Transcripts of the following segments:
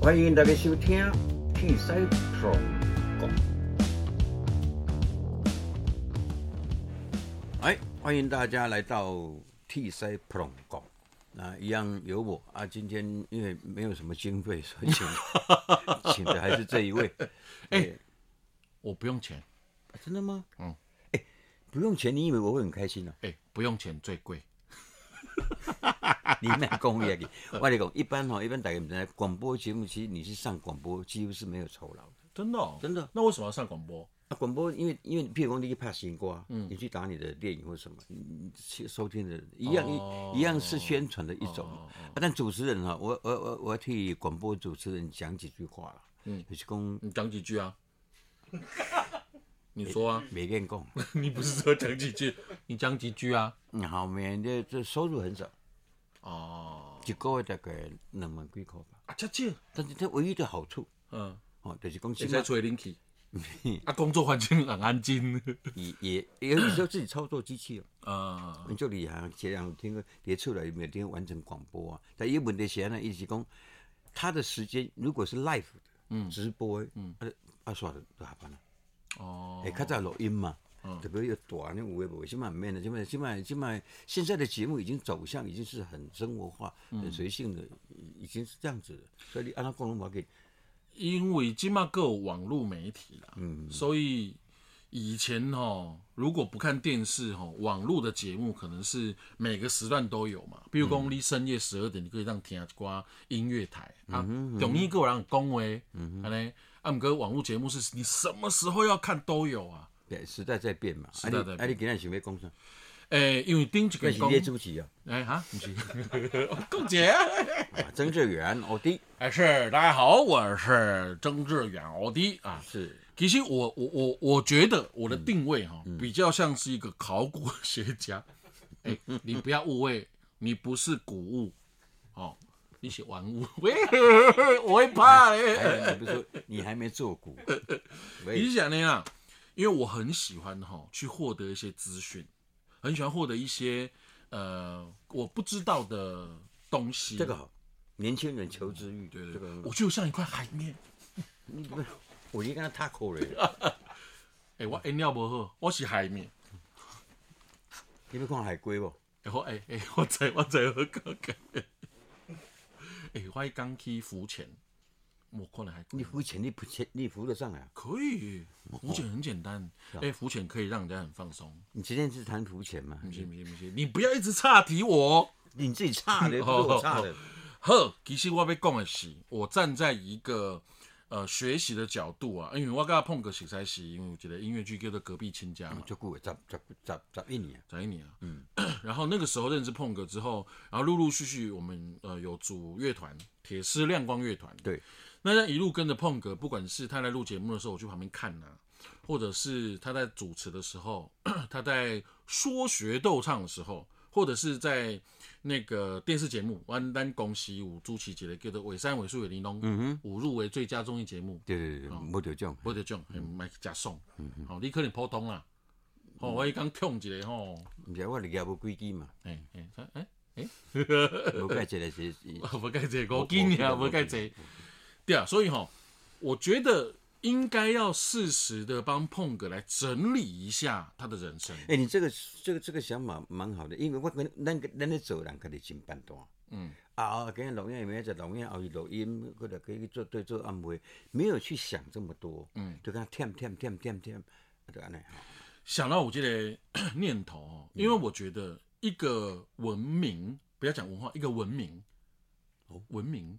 欢迎大家收听《铁西说国》。哎，欢迎大家来到《铁西说国》。那一样有我啊，今天因为没有什么经费，所以请请的还是这一位。 哎、我不用钱，啊真的吗？嗯哎，不用钱，你以为我会很开 心啊？哎、不用钱最贵。你卖公务员给，我跟你讲，一般哈、一般大家不知道广播节目，其实你去上广播几乎是没有酬劳的。真的、哦，真的那为什么要上广播？啊，广播因为因为譬如说你去拍新歌，啊你去打你的电影或什么，你去收听的一样、一一样是宣传的一种嘛、啊。但主持人哈、我我我我要替广播主持人讲几句话了。嗯，就是讲你讲几句 啊？你说啊，没练 功，你不是说讲几句？你讲几句啊？嗯好，每年的这收入很少，哦，一个月大概两万几块吧。啊，这这，但是它唯一的好处嗯，哦，就是讲现现在在吹冷 气，啊，工作环境很安静。也也也有时候自己操作机器哦。 啊，很足厉害，前两天个列出来每天完成广播啊。但一问题是呢，意思讲他的时间如果是 live 的，嗯，直播的，嗯，啊啊煞就下班了。哦哎，，较早录音嘛，特别要大那有诶无，即摆免了，即摆即摆即摆现在的节目已经走向已经是很生活化、很随性的，已已经是这样子的。所以你按照功能法给，因为今嘛各有网络媒体啦，嗯，所以以前哦，如果不看电视哦，网络的节目可能是每个时段都有嘛。比如嗯讲，你深夜十二点，你可以让听一寡音乐台啊，嗯中医个人讲话，嗯安尼，啊，毋过网络节目是你什么时候要看都有啊。对时代在变嘛，啊代你在啊你今天想要讲啥？诶、因为顶一个那是讲你，的主持啊，哎、哈，不是， 讲姐、啊。啊曾志远，我的哎，是大家好，我是曾志远奥迪啊，是其实我我我我觉得我的定位哈、嗯比较像是一个考古学家。 哎、你不要误会，你不是古物哦，你写 玩物。喂，我会怕嘞、还有你不是说你还没做股？喂你是想那样，啊因为我很喜欢哈、去获得一些资讯，很喜欢获得一些呃我不知道的东西。这个好，年轻人求知欲，对对这个我就像一块海绵。你不，我已经跟他 t a c 了。哎、我饮料不好，我是海绵。你要看海龟不？欸，我欸欸，我知我知，我讲个。 欸，我刚去浮潜，我可能还你浮潜，你浮潜，你浮得上来啊？可以。浮潜很简单，啊欸，浮潜可以让人家很放松。你今天是谈浮潜吗？不行不行不行，你不要一直岔题我。你自己差的，不是我差的。呵，其实我要讲的是，我站在一个呃学习的角度啊，因为我跟他碰个实在是，因为我觉得音乐剧叫做《隔壁亲家》嘛。哦就过十十十十一年，宰你啊，嗯， 然后那个时候认识碰哥之后，然后陆陆续续我们呃有组乐团，铁丝亮光乐团，对，那这样一路跟着碰哥，不管是他在录节目的时候，我去旁边看呐、或者是他在主持的时候， 他在说学逗唱的时候，或者是在那个电视节目《弯单恭喜五朱奇杰的叫做《尾山尾树野玲珑》，嗯哼，五入围最佳综艺节目，对对对，没得奖。我就讲，嗯，买加送，嗯哼，好、你可能普通啦，哦，我刚痛一个吼。不是我日也无几支嘛，哎哎哎无介一个是， 哎，无介济，五今啊年无介济，对啊，所以吼，我觉得应该要适时的帮碰哥来整理一下他的人生。哎，你这个这个这个想法蛮好的，因为我跟咱咱咧做人，家己真笨蛋。嗯，啊，今日录音，明仔载录音，后日录音，过来可以做对做安慰，没有去想这么多，嗯，就跟他舔舔舔舔舔，就安尼。想到我这个念头哦，嗯因为我觉得一个文明，不要讲文化，一个文明，哦，文明，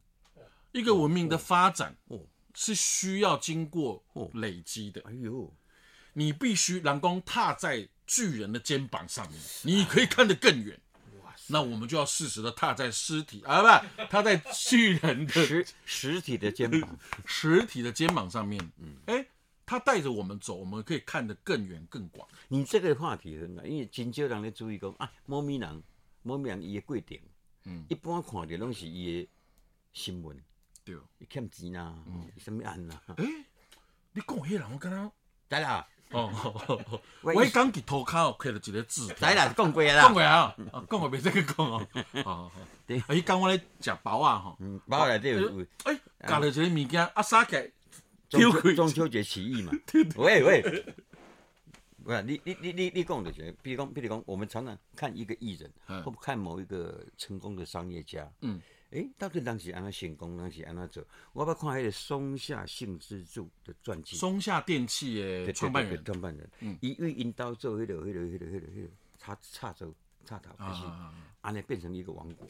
一个文明的发展，哦是需要经过哦累积的。哎呦，你必须狼公踏在巨人的肩膀上面，你可以看得更远。那我们就要适时的踏在尸体啊， 不，踏在巨人的实实体的肩 膀，实体的肩膀上面。嗯，哎，他带着我们走，我们可以看得更远更广。你这个话题很好，因为真少人咧注意讲啊，猫咪人，猫咪人伊的过程，嗯，一般看到拢是伊的新闻，对哦，伊欠钱啦、啊，什么案啦、啊，哎，你讲黑人，我跟他来啦，哦，我 我刚给头卡看了一个字条， 来啦，讲过讲啦，过啊，啊讲过 别这个讲哦，哦，哦对啊，伊讲我咧食包啊吼，嗯，包内底有有哎，夹着一个物件啊，撒开，中丢秋开，中秋节起义 嘛，喂喂，不是你你你你你讲的就是，比如讲比如讲，我们常常看一个艺人，嗯或看某一个成功的商业家，嗯，诶，到底当时安怎成功，当时安怎做？我捌看迄个松下幸之助的传记，松下电器对的对创办对人嗯对创办人，伊为因兜做迄个迄个迄个迄个迄个插插头插头，就啊是啊，啊安尼变成一个王国。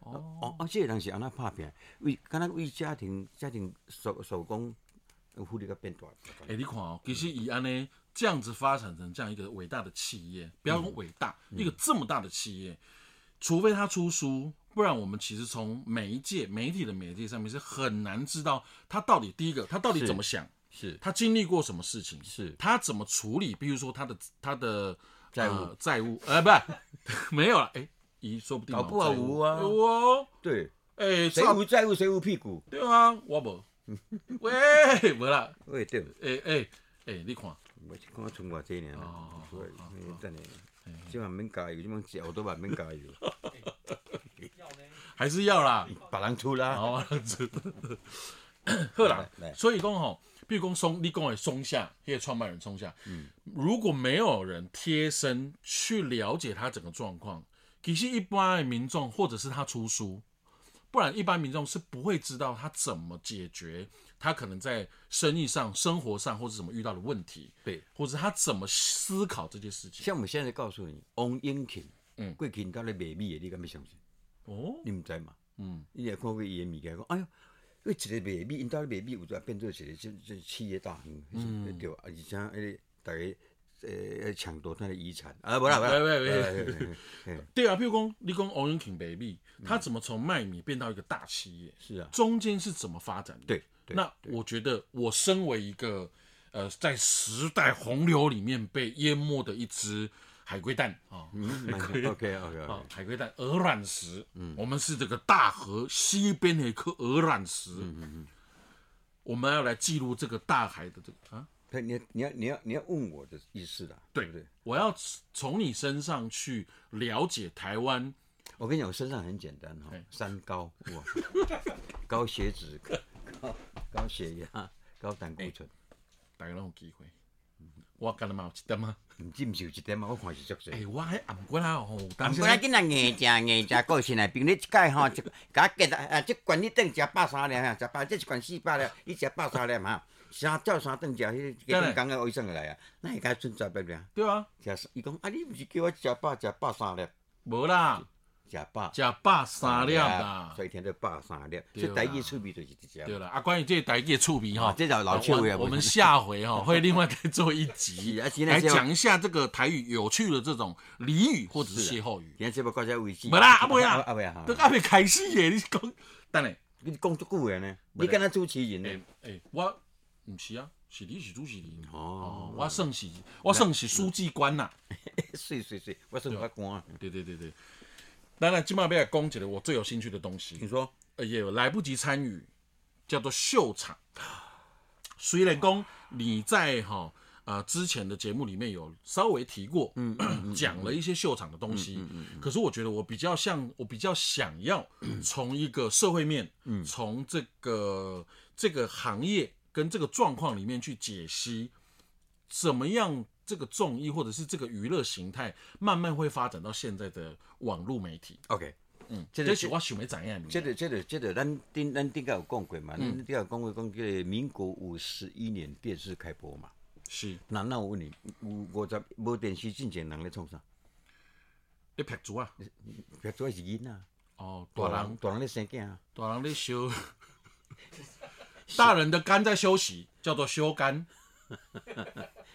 哦，啊，这个人是安那拍拼，为敢若为家庭家庭手手工，有富力个变大。哎，你看哦，其实以安呢这样子发展成这样一个伟大的企嗯业，不要说伟大，一个这么大的企业，除非他出书。不然，我们其实从媒介、媒体的媒介上面是很难知道他到底第一个，他到底是怎么想，是他经历过什么事情，是他怎么处理，比如说他的他的债务呃债务，呃，不， 没有了，哎，咦，说不定搞不好有债务有啊有哦，对，哎，谁操无啊债务谁无屁股，对啊，我 无，喂，无啦，我也对。哎哎哎，你看，我是看剩偌济尔，所以那个等下，即嘛免加油，即嘛食好多嘛免加 油，还是 要啦，别人出啦。好啊，这好啦来来，所以讲吼，比如讲松，你讲的松下，迄个创办人松下，嗯如果没有人贴身去了解他整个状况，其实一般的民众或者是他出书，不然一般民众是不会知道他怎么解决他可能在生意上、生活上或者怎么遇到的问题，对，或者他怎么思考这件事情。像我现在告诉你，王英勤，嗯嗯，过去到咧卖米的，你敢要相信？哦，你毋知嘛？嗯，你也看过伊的物件，讲哎哟，迄一个卖米，因兜咧卖米有阵变做一个即即企业大亨，嗯、对吧，啊而且迄个大家呃抢夺他的遗产，啊，无啦无 啦，呃喂喂喂喂喂，嘿对啊，譬如讲，你讲 Orange King Baby，他怎么从卖米变到一个大企业？是啊，中间是怎么发展的？对对那我觉得我身为一个呃，在时代洪流里面被淹没的一只海龟蛋啊， ，OK OK 啊 OK，，海龟蛋鹅卵石，嗯，我们是这个大河西边的一颗鹅卵石，嗯嗯嗯，我们要来记录这个大海的这个啊，他你要你要你要你要问我的意思啦，对不对？我要从你身上去了解台湾，我跟你讲，我身上很简单哈、哎三高哇，高血脂、高高血压、高胆固醇，大家都有机会，我干了嘛有一点啊，唔知唔是有一点嘛，我看是足侪。哎，我还暗过来哦，有当唔时过来，囡仔硬食硬食，个性来病。你一届吼，一甲结啊，即罐你顿食百三粒啊，食百，即一罐四百粒，伊食百三粒哈，三照三顿食，迄个真的工讲个卫生就来啊，那会甲剩十粒俩，对啊，食伊讲啊，你毋是叫我食百食百三粒，无啦。食百啊食百三粒啦，所以听到百三粒，对所啦以第一趣味就是这只。对啦。啊，关于这台记的触鼻哈啊，这叫老趣味啊我我不是们下回哈会另外再做一集 是啊今，天来这样讲一下这个台语有趣的这种俚语或者是歇后语。今天节目到这为止。没啦，阿伯呀，阿伯啊，都还没开始耶，你讲，等下，你讲足久的呢，你敢若主持人 诶呢？诶，我唔是啊，是你是主持人，哦，哦，我算是我算是书记官呐。水水水，我算法官。对对对对，当然今麦要来讲一个我最有兴趣的东西，你说呃，也有来不及参与，叫做秀场。虽然讲你在哈、呃之前的节目里面有稍微提过，嗯，讲了一些秀场的东西，可是我觉得我比较像，我比较想要从一个社会面，嗯，从这个这个行业跟这个状况里面去解析，怎么样这个综艺或者是这个娱乐形态慢慢会发展到现在的网络媒体， OK，嗯，这个这是我想要知影的。这个、这个、这个，咱顶咱顶下有讲过嘛，嗯咱顶下有讲过讲这个民国五十一年电视开播嘛。是。那那我问你，有五十无电视进前人咧创啥？你拍竹啊？别主要是囡仔，哦，大人大人咧生囝啊。大人在休，大人的肝在休息，叫做休肝。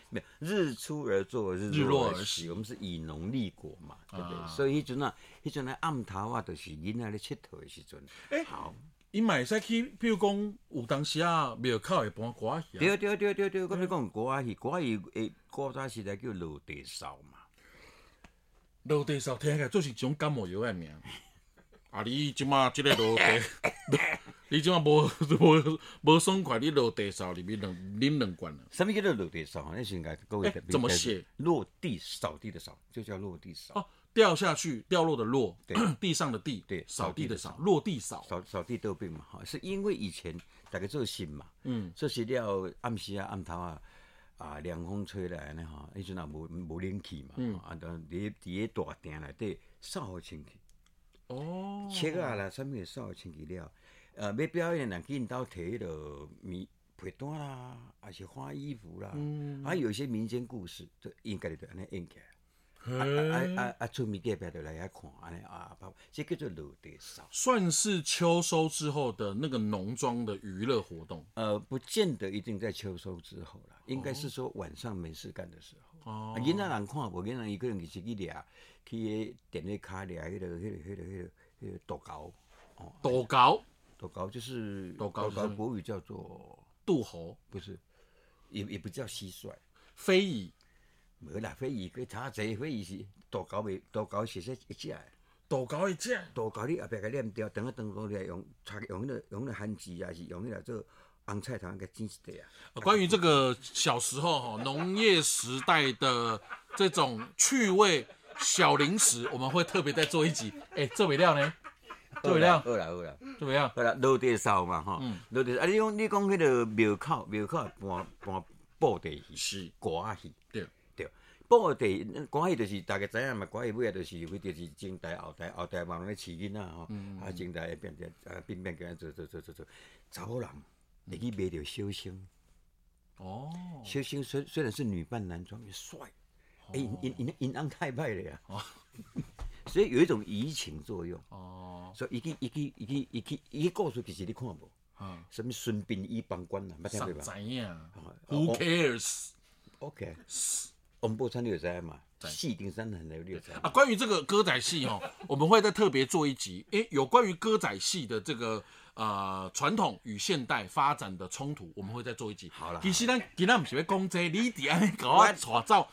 没有日出而作，日日落落而而息。我们是以农立国嘛，对不啊对？所以迄阵啊，迄阵啊暗头啊，就是囡仔咧佚佗的时阵。哎好，伊买使去，譬如讲有当时啊，庙口会搬歌戏啊，对对对对对，我要讲歌仔戏，歌仔戏诶，古早时代叫落地扫嘛。落地扫听起来就是一种感冒药的名。 啊，你即马即个落地，你即马无无无爽快，你落地扫里面两啉两罐啊了。什么叫做落地扫？那是应该各位哎怎么写？落地扫地的扫，就叫落地扫。哦，掉下去，掉落的落对， 地上的地，对扫地的扫扫，落地扫，扫扫地豆饼嘛，哈，是因为以前大家做新嘛，嗯，做新了暗时啊、暗头啊，啊，凉风吹来呢，哈，迄阵也无无冷气嘛，嗯，啊，当伫伫个大鼎内底扫好清气，哦，切啊啦，啥物事扫好清气了，呃，要表演的人去因兜摕迄落棉被单啦，还是花衣服啦，嗯，啊，有一些民间故事，就应该就安尼演起来。啊啊啊啊！出面隔壁就来遐看，安尼啊，啊这叫做落地扫。算是秋收之后的那个农庄的娱乐活动呃，不见得一定在秋收之后啦，应该是说晚上没事干的时候。哦啊，囡仔人看无，囡仔伊可能就是去掠，去迄踮咧骹掠迄个、迄个、迄个、迄个、迄个毒猴。斗高毒猴就是毒猴就是国语叫做渡猴、不是，也也不叫蟋蟀，飞蚁、无啦，飞鱼佮差侪，飞鱼是毒猴袂，毒猴是说一只的，斗高一件，毒猴你后壁甲念掉，等啊等到来用插用迄个用迄个番薯啊，是用迄个做红菜头给煎一块啊。呃关于这个小时候哈农业时代的这种趣味小零食，我们会特别再做一集。哎，做尾料呢？做尾料好啦好啦。怎么样？好啦，落地扫嘛吼，落地扫啊！你讲你讲迄个庙口庙口搬搬布袋戏是歌戏对，对，布袋戏歌戏就是大家知影嘛，歌戏尾啊就是会就是前台后台后台嘛拢咧饲囡仔吼，啊前台会变变啊变变变做做做做做，查某人会去卖着小生，哦，小生虽虽然是女扮男装，也帅，哦哎因因因因翁太歹了呀， 所以有一种移情作用，哦，所以伊去伊去伊去伊去伊故事其实你看无？嗯，什么孙膑一帮官啊啦，捌听过上吧哦怎样？Who 啊哦 cares？ ？OK，王宝山你有知嘛？戏顶山很有你有知？啊，关于这个歌仔戏哦，我们会再特别做一集，诶，有关于歌仔戏的这个呃传统与现代发展的冲突，我们会再做一集。好啦其实呢，今天不是会讲这个，你底安搞我吵造，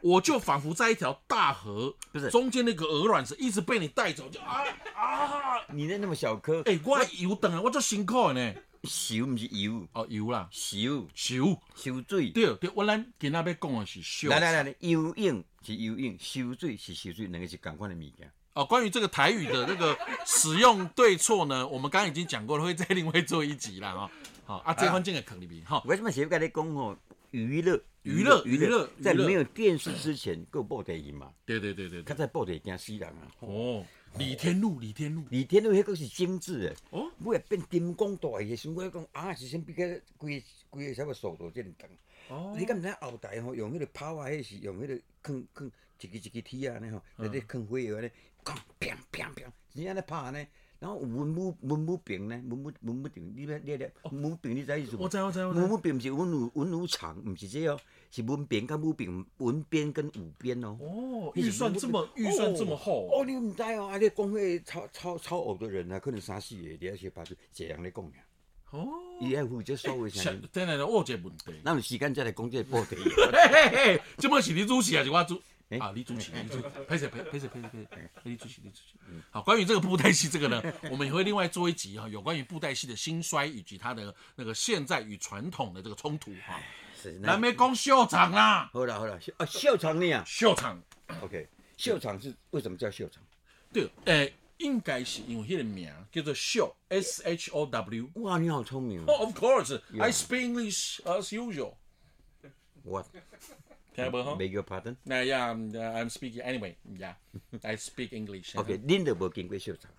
我就仿佛在一条大河，不是中间那个鹅卵石一直被你带走，就啊啊，你那那么小颗，诶，我游等啊，我做辛苦的呢，修不是油，哦游啦，修游，修水。对对，我咱今天要讲的是修。来来来来，游泳是游泳，修水是修水，两个是同款的物件。哦，关于这个台语的那个使用对错呢，我们刚刚已经讲过了，会再另外做一集啦啊、哦。好啊，这关键的坑里面哈，我这么写跟你讲吼，娱乐娱乐娱乐在娱乐没有电视之前，够报第一嘛？对对对对他对，在报第一惊死人啊！哦，李天禄，李天禄，李天禄迄个是精致的，哦尾啊仔变金光大个时候，我讲啊，是先比个规规个啥物速度遮尔长。哦你敢毋知后台吼用迄个炮啊，迄是用迄个囥囥一个一个铁啊安尼吼，内底囥火药安尼，啊砰砰砰砰，是安尼拍安尼。然后有文武文武兵呢，文武文武兵，你要你了文武兵你知意思无？哦我知我知我知文武兵毋是文武文武场，毋是这哦，是文兵甲武兵，文编跟武编哦。哦，那是预算这么文武兵预算这么厚哦，你毋知哦，啊，你工会超超超偶的人啊，可能三四个，你要去把这这样来讲呀，哦，伊要负责所有啥想物。等等，我有一个问题，咱有时间再来讲这个报题。嘿嘿嘿，这么是你主持还是我主？哎啊，你主持，你主持，拍谁拍拍谁拍谁拍谁，你主持，你主持。好，关于这个布袋戏这个呢，我们也会另外做一集哈，有关于布袋戏的兴衰以及它的那个现在与传统的这个冲突哈。 是那咱要讲秀场啦，好啦好啦，啊，秀场呢啊秀场？OK，秀场是为什么叫秀场？对，诶、应该是因为迄个名叫做秀 S H O W。哇，你好聪明哦！ Oh, of course, I speak English as usual. 我听无吼？ beg your pardon。那呀，I'm speaking anyway. Yeah, I speak English. OK，恁都无经过秀场，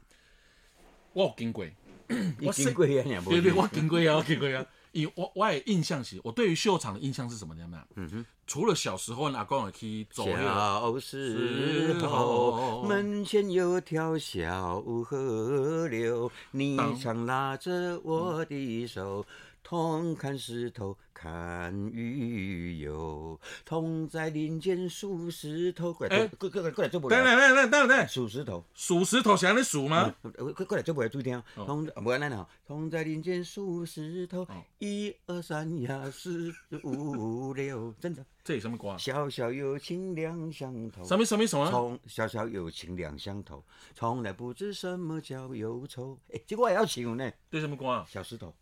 我有经过。你经过遐尔无？对对，我经过啊，我经过啊。因为我我的印象是，我对于秀场的印象是什么？你知道吗？嗯哼，啊除了小时候阿公会去走那个，小时候，门前有条小河流，你常拉着我的手，同看石头，看鱼游，同在林间数石头。过来，过来，过来，做不哎等啊了。等等等等等，数石头。数石头是安尼数吗？呃快快来，这不要注意听哦。同不安咱哦，同在林间数石头，哦一二三呀，四五六，真的。这是什么歌啊？小小友情两相投，什么什么什么？从小小友情两相投，从来不知什么叫忧愁。哎、结果也要请呢，这是什么歌啊？小石头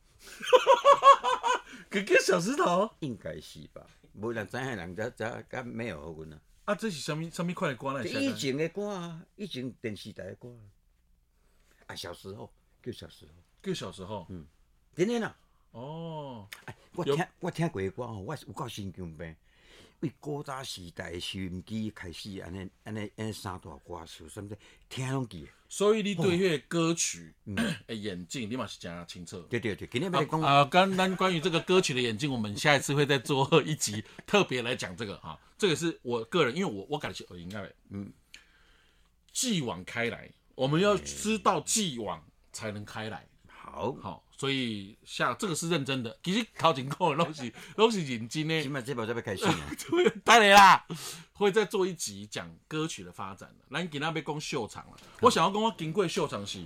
哥哥小石头。应该是吧？无人知影人家家敢没有好阮啊？啊，这是什么什么款的歌来？就以前的歌啊，以前电视台的歌啊，啊，小时候叫小时候，叫小时候，真的啦。哦，哎，我有听我听过的歌吼，我是有够神经病。为古早时代的收音机开始，安尼安尼安尼三大歌手，甚至听拢记的。所以你对迄个歌曲的演进，你嘛是真清楚。对对对，今天要来讲，啊，刚刚关于这个歌曲的演进，我们下一次会再做 一集，特别来讲这个哈。这个是我个人，因为我我感觉我应该，嗯，继往开来，我们要知道继往才能开来。好，好，所以下这个是认真的，其实考前课的东西都是认真 的今。麦这部才要开始啊。对，当然啦，会再做一集讲歌曲的发展了。咱今仔要讲秀场了，我想要讲我经过秀场是，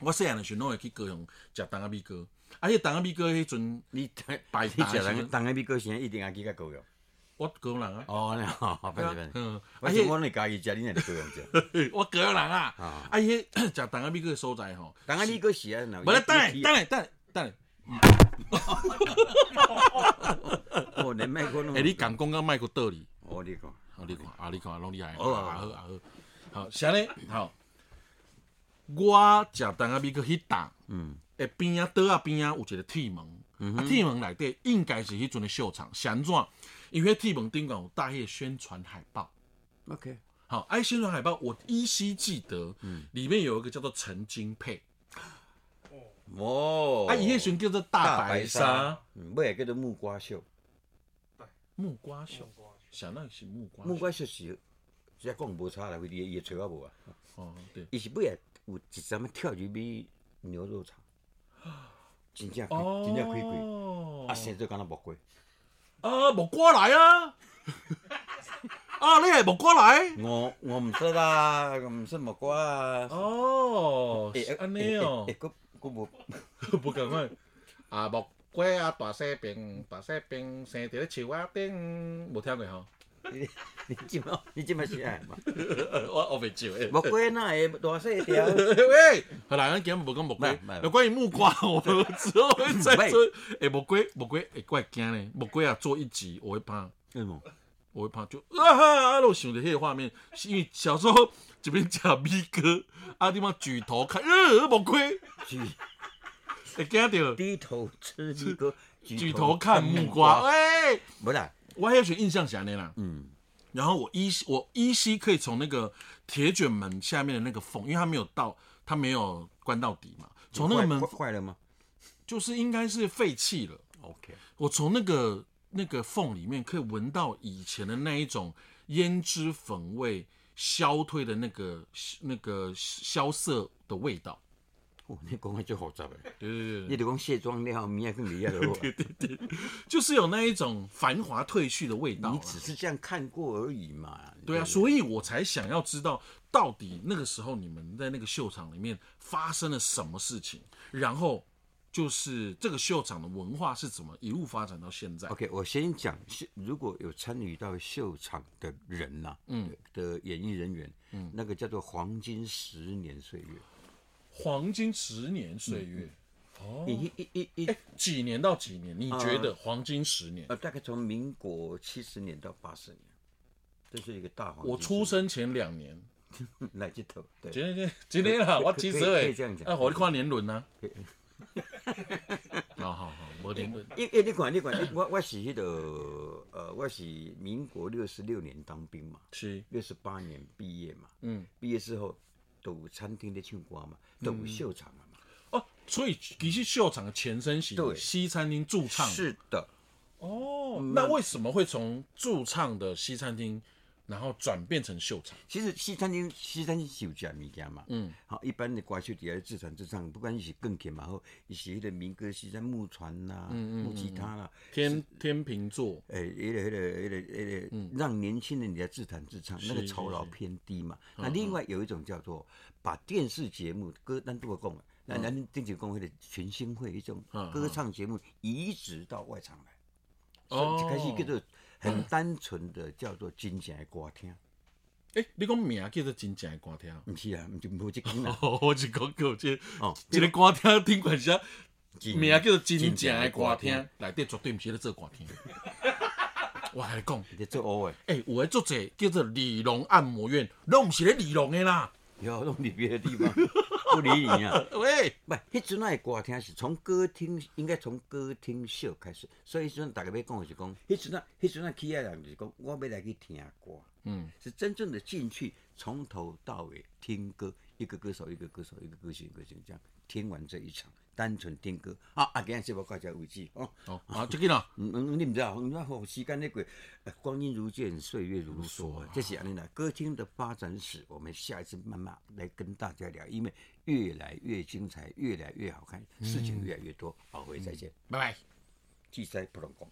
我细汉的时候拢会去高雄食东阿米糕，啊而且东阿米糕迄阵 你百你食搭是人，当然比歌星一定要去较高用。我高雄人啊，哦，那 好，好，拜拜。嗯，我而是且啊我那家己食，你那是高用 食。我高雄人啊，而且食东阿米糕的所在吼，当然你个是啊，那不啦，等下等下等下等下，哦，你麦克弄。哎，你讲讲到麦克道理。哦，你讲，好，你看，啊，你看，拢厉害，啊好好啊啊好，好，是安尼，好。我食东阿米去迄搭，嗯，诶边啊桌啊边啊有一个铁门，啊铁门内底应该是迄阵的秀场，是安怎？因为铁门顶管有搭迄个宣传海报， OK，好，哎、宣传海报我依稀记得，里面有一个叫做陈金佩，哦，啊伊迄阵叫做大白鲨嗯，尾也叫做木瓜秀，木瓜秀，想到是木瓜秀，木瓜秀是，只要讲无差啦，伊伊找我无啊，哦对，伊是尾也有一阵仔跳入去牛肉厂，真正开，真正开开，哦啊，生做敢若木瓜，啊，木瓜 来啊！啊，你系木瓜来？我我毋识啦，毋识木瓜啊，哦，是安尼哦诶，，佫佫 无，不赶快啊！木瓜啊，大西边，大西边生伫咧树仔顶，无听过吼？你你即摆你即摆是爱嘛？ 我我未照诶。木瓜哪会大细条？ 喂，好啦，咱今日无讲木瓜卖卖，有关于木瓜，我们之后会再卖做。诶，木瓜，木瓜，诶，怪惊咧，木瓜啊，做一集我会怕。为什么？我会怕就啊哈，啊，我想着迄个画面，是因为小时候一边食米糕，啊地方举头看，呃，木瓜，举会惊着低头吃米糕，举头看木瓜，，哎、无啦，我还有选印象是安尼啦。嗯，然后我依稀我依稀可以从那个铁卷门下面的那个缝，因为它没有到，它没有关到底嘛，从那个门坏坏了吗就是应该是废弃了。 ？OK，我从那个那个缝里面可以闻到以前的那一种胭脂粉味消退的那个那个消涩的味道。哦，你讲的最复杂诶。对对你对，就讲卸妆了，明仔更厉害了。就是有那一种繁华褪去的味道你啦。只是这样看过而已嘛。对啊，所以我才想要知道到底那个时候你们在那个秀场里面发生了什么事情，然后就是这个秀场的文化是怎么一路发展到现在。 OK，我先讲，秀如果有参与到秀场的人呐、嗯，的演艺人员，嗯，那个叫做黄金十年岁月，黄金十年岁月，哦，一一一一哎，几年到几年？你觉得黄金十年？呃，大概从民国七十年到八十年，这是一个大黄金。我出生前两年， 来这头，对，今天今天啦，我七可十以可岁以这样，讲啊，我你看年轮呐。 好好好，我年轮。因因你管你管，你我我是那个呃，我是民国六十六年当兵嘛，是，六十八年毕业嘛，嗯，毕业之后都有餐厅在唱歌嘛，都有秀场了嘛，哦，所以其实秀场的前身是对西餐厅驻唱。是嗯的，哦，那为什么会从驻唱的西餐厅，然后转变成秀场？其实西餐厅西餐厅是有假物件嘛，嗯，好，一般的歌手底下自弹自唱，不管你是钢琴嘛，或你是迄个民歌西餐木船啦、嗯木吉他啦，天天秤座，诶，哎迄个迄个迄个迄个，让年轻人你来自弹自唱，那个嗯是酬劳是嗯偏低嘛。那另外有一种叫做把电视节目歌单独供，啊那咱电视工会的群星会一种嗯歌唱节目移植到外场来，哦所以就开始叫做很单纯的叫做真正的歌听，哎，你讲名叫做真正的歌厅。不是啊，不是无这间啊， 哦，我是讲有这哦一个歌厅听管啥，真啊名叫做真真正正的的歌歌厅厅， 内底绝对毋是咧做歌厅。我来讲，你做欧 诶，诶、有诶作者叫做李龙按摩院，拢毋是咧李龙诶啦。要弄你别的地方不理你啊。 喂，不，迄阵那歌听是从歌厅，应该从歌厅秀开始，所以迄阵大家要讲的是讲，迄阵那迄阵那起来人就是讲，我要来去听歌，嗯，是真正的进去从头到尾听歌，一个歌手一个歌手一个歌星一个歌星这样听完这一场，单纯听歌啊啊，今日节目到这为止哦。哦，啊，这个啦，嗯嗯，你唔知道，你看好时间咧过，呃光阴如箭，岁月如梭啊，这是安尼啦。歌厅的发展史，我们下一次慢慢来跟大家聊，因为越来越精嗯彩，越来越好看，事情越来越多。好，回再见，拜拜。记在不能讲。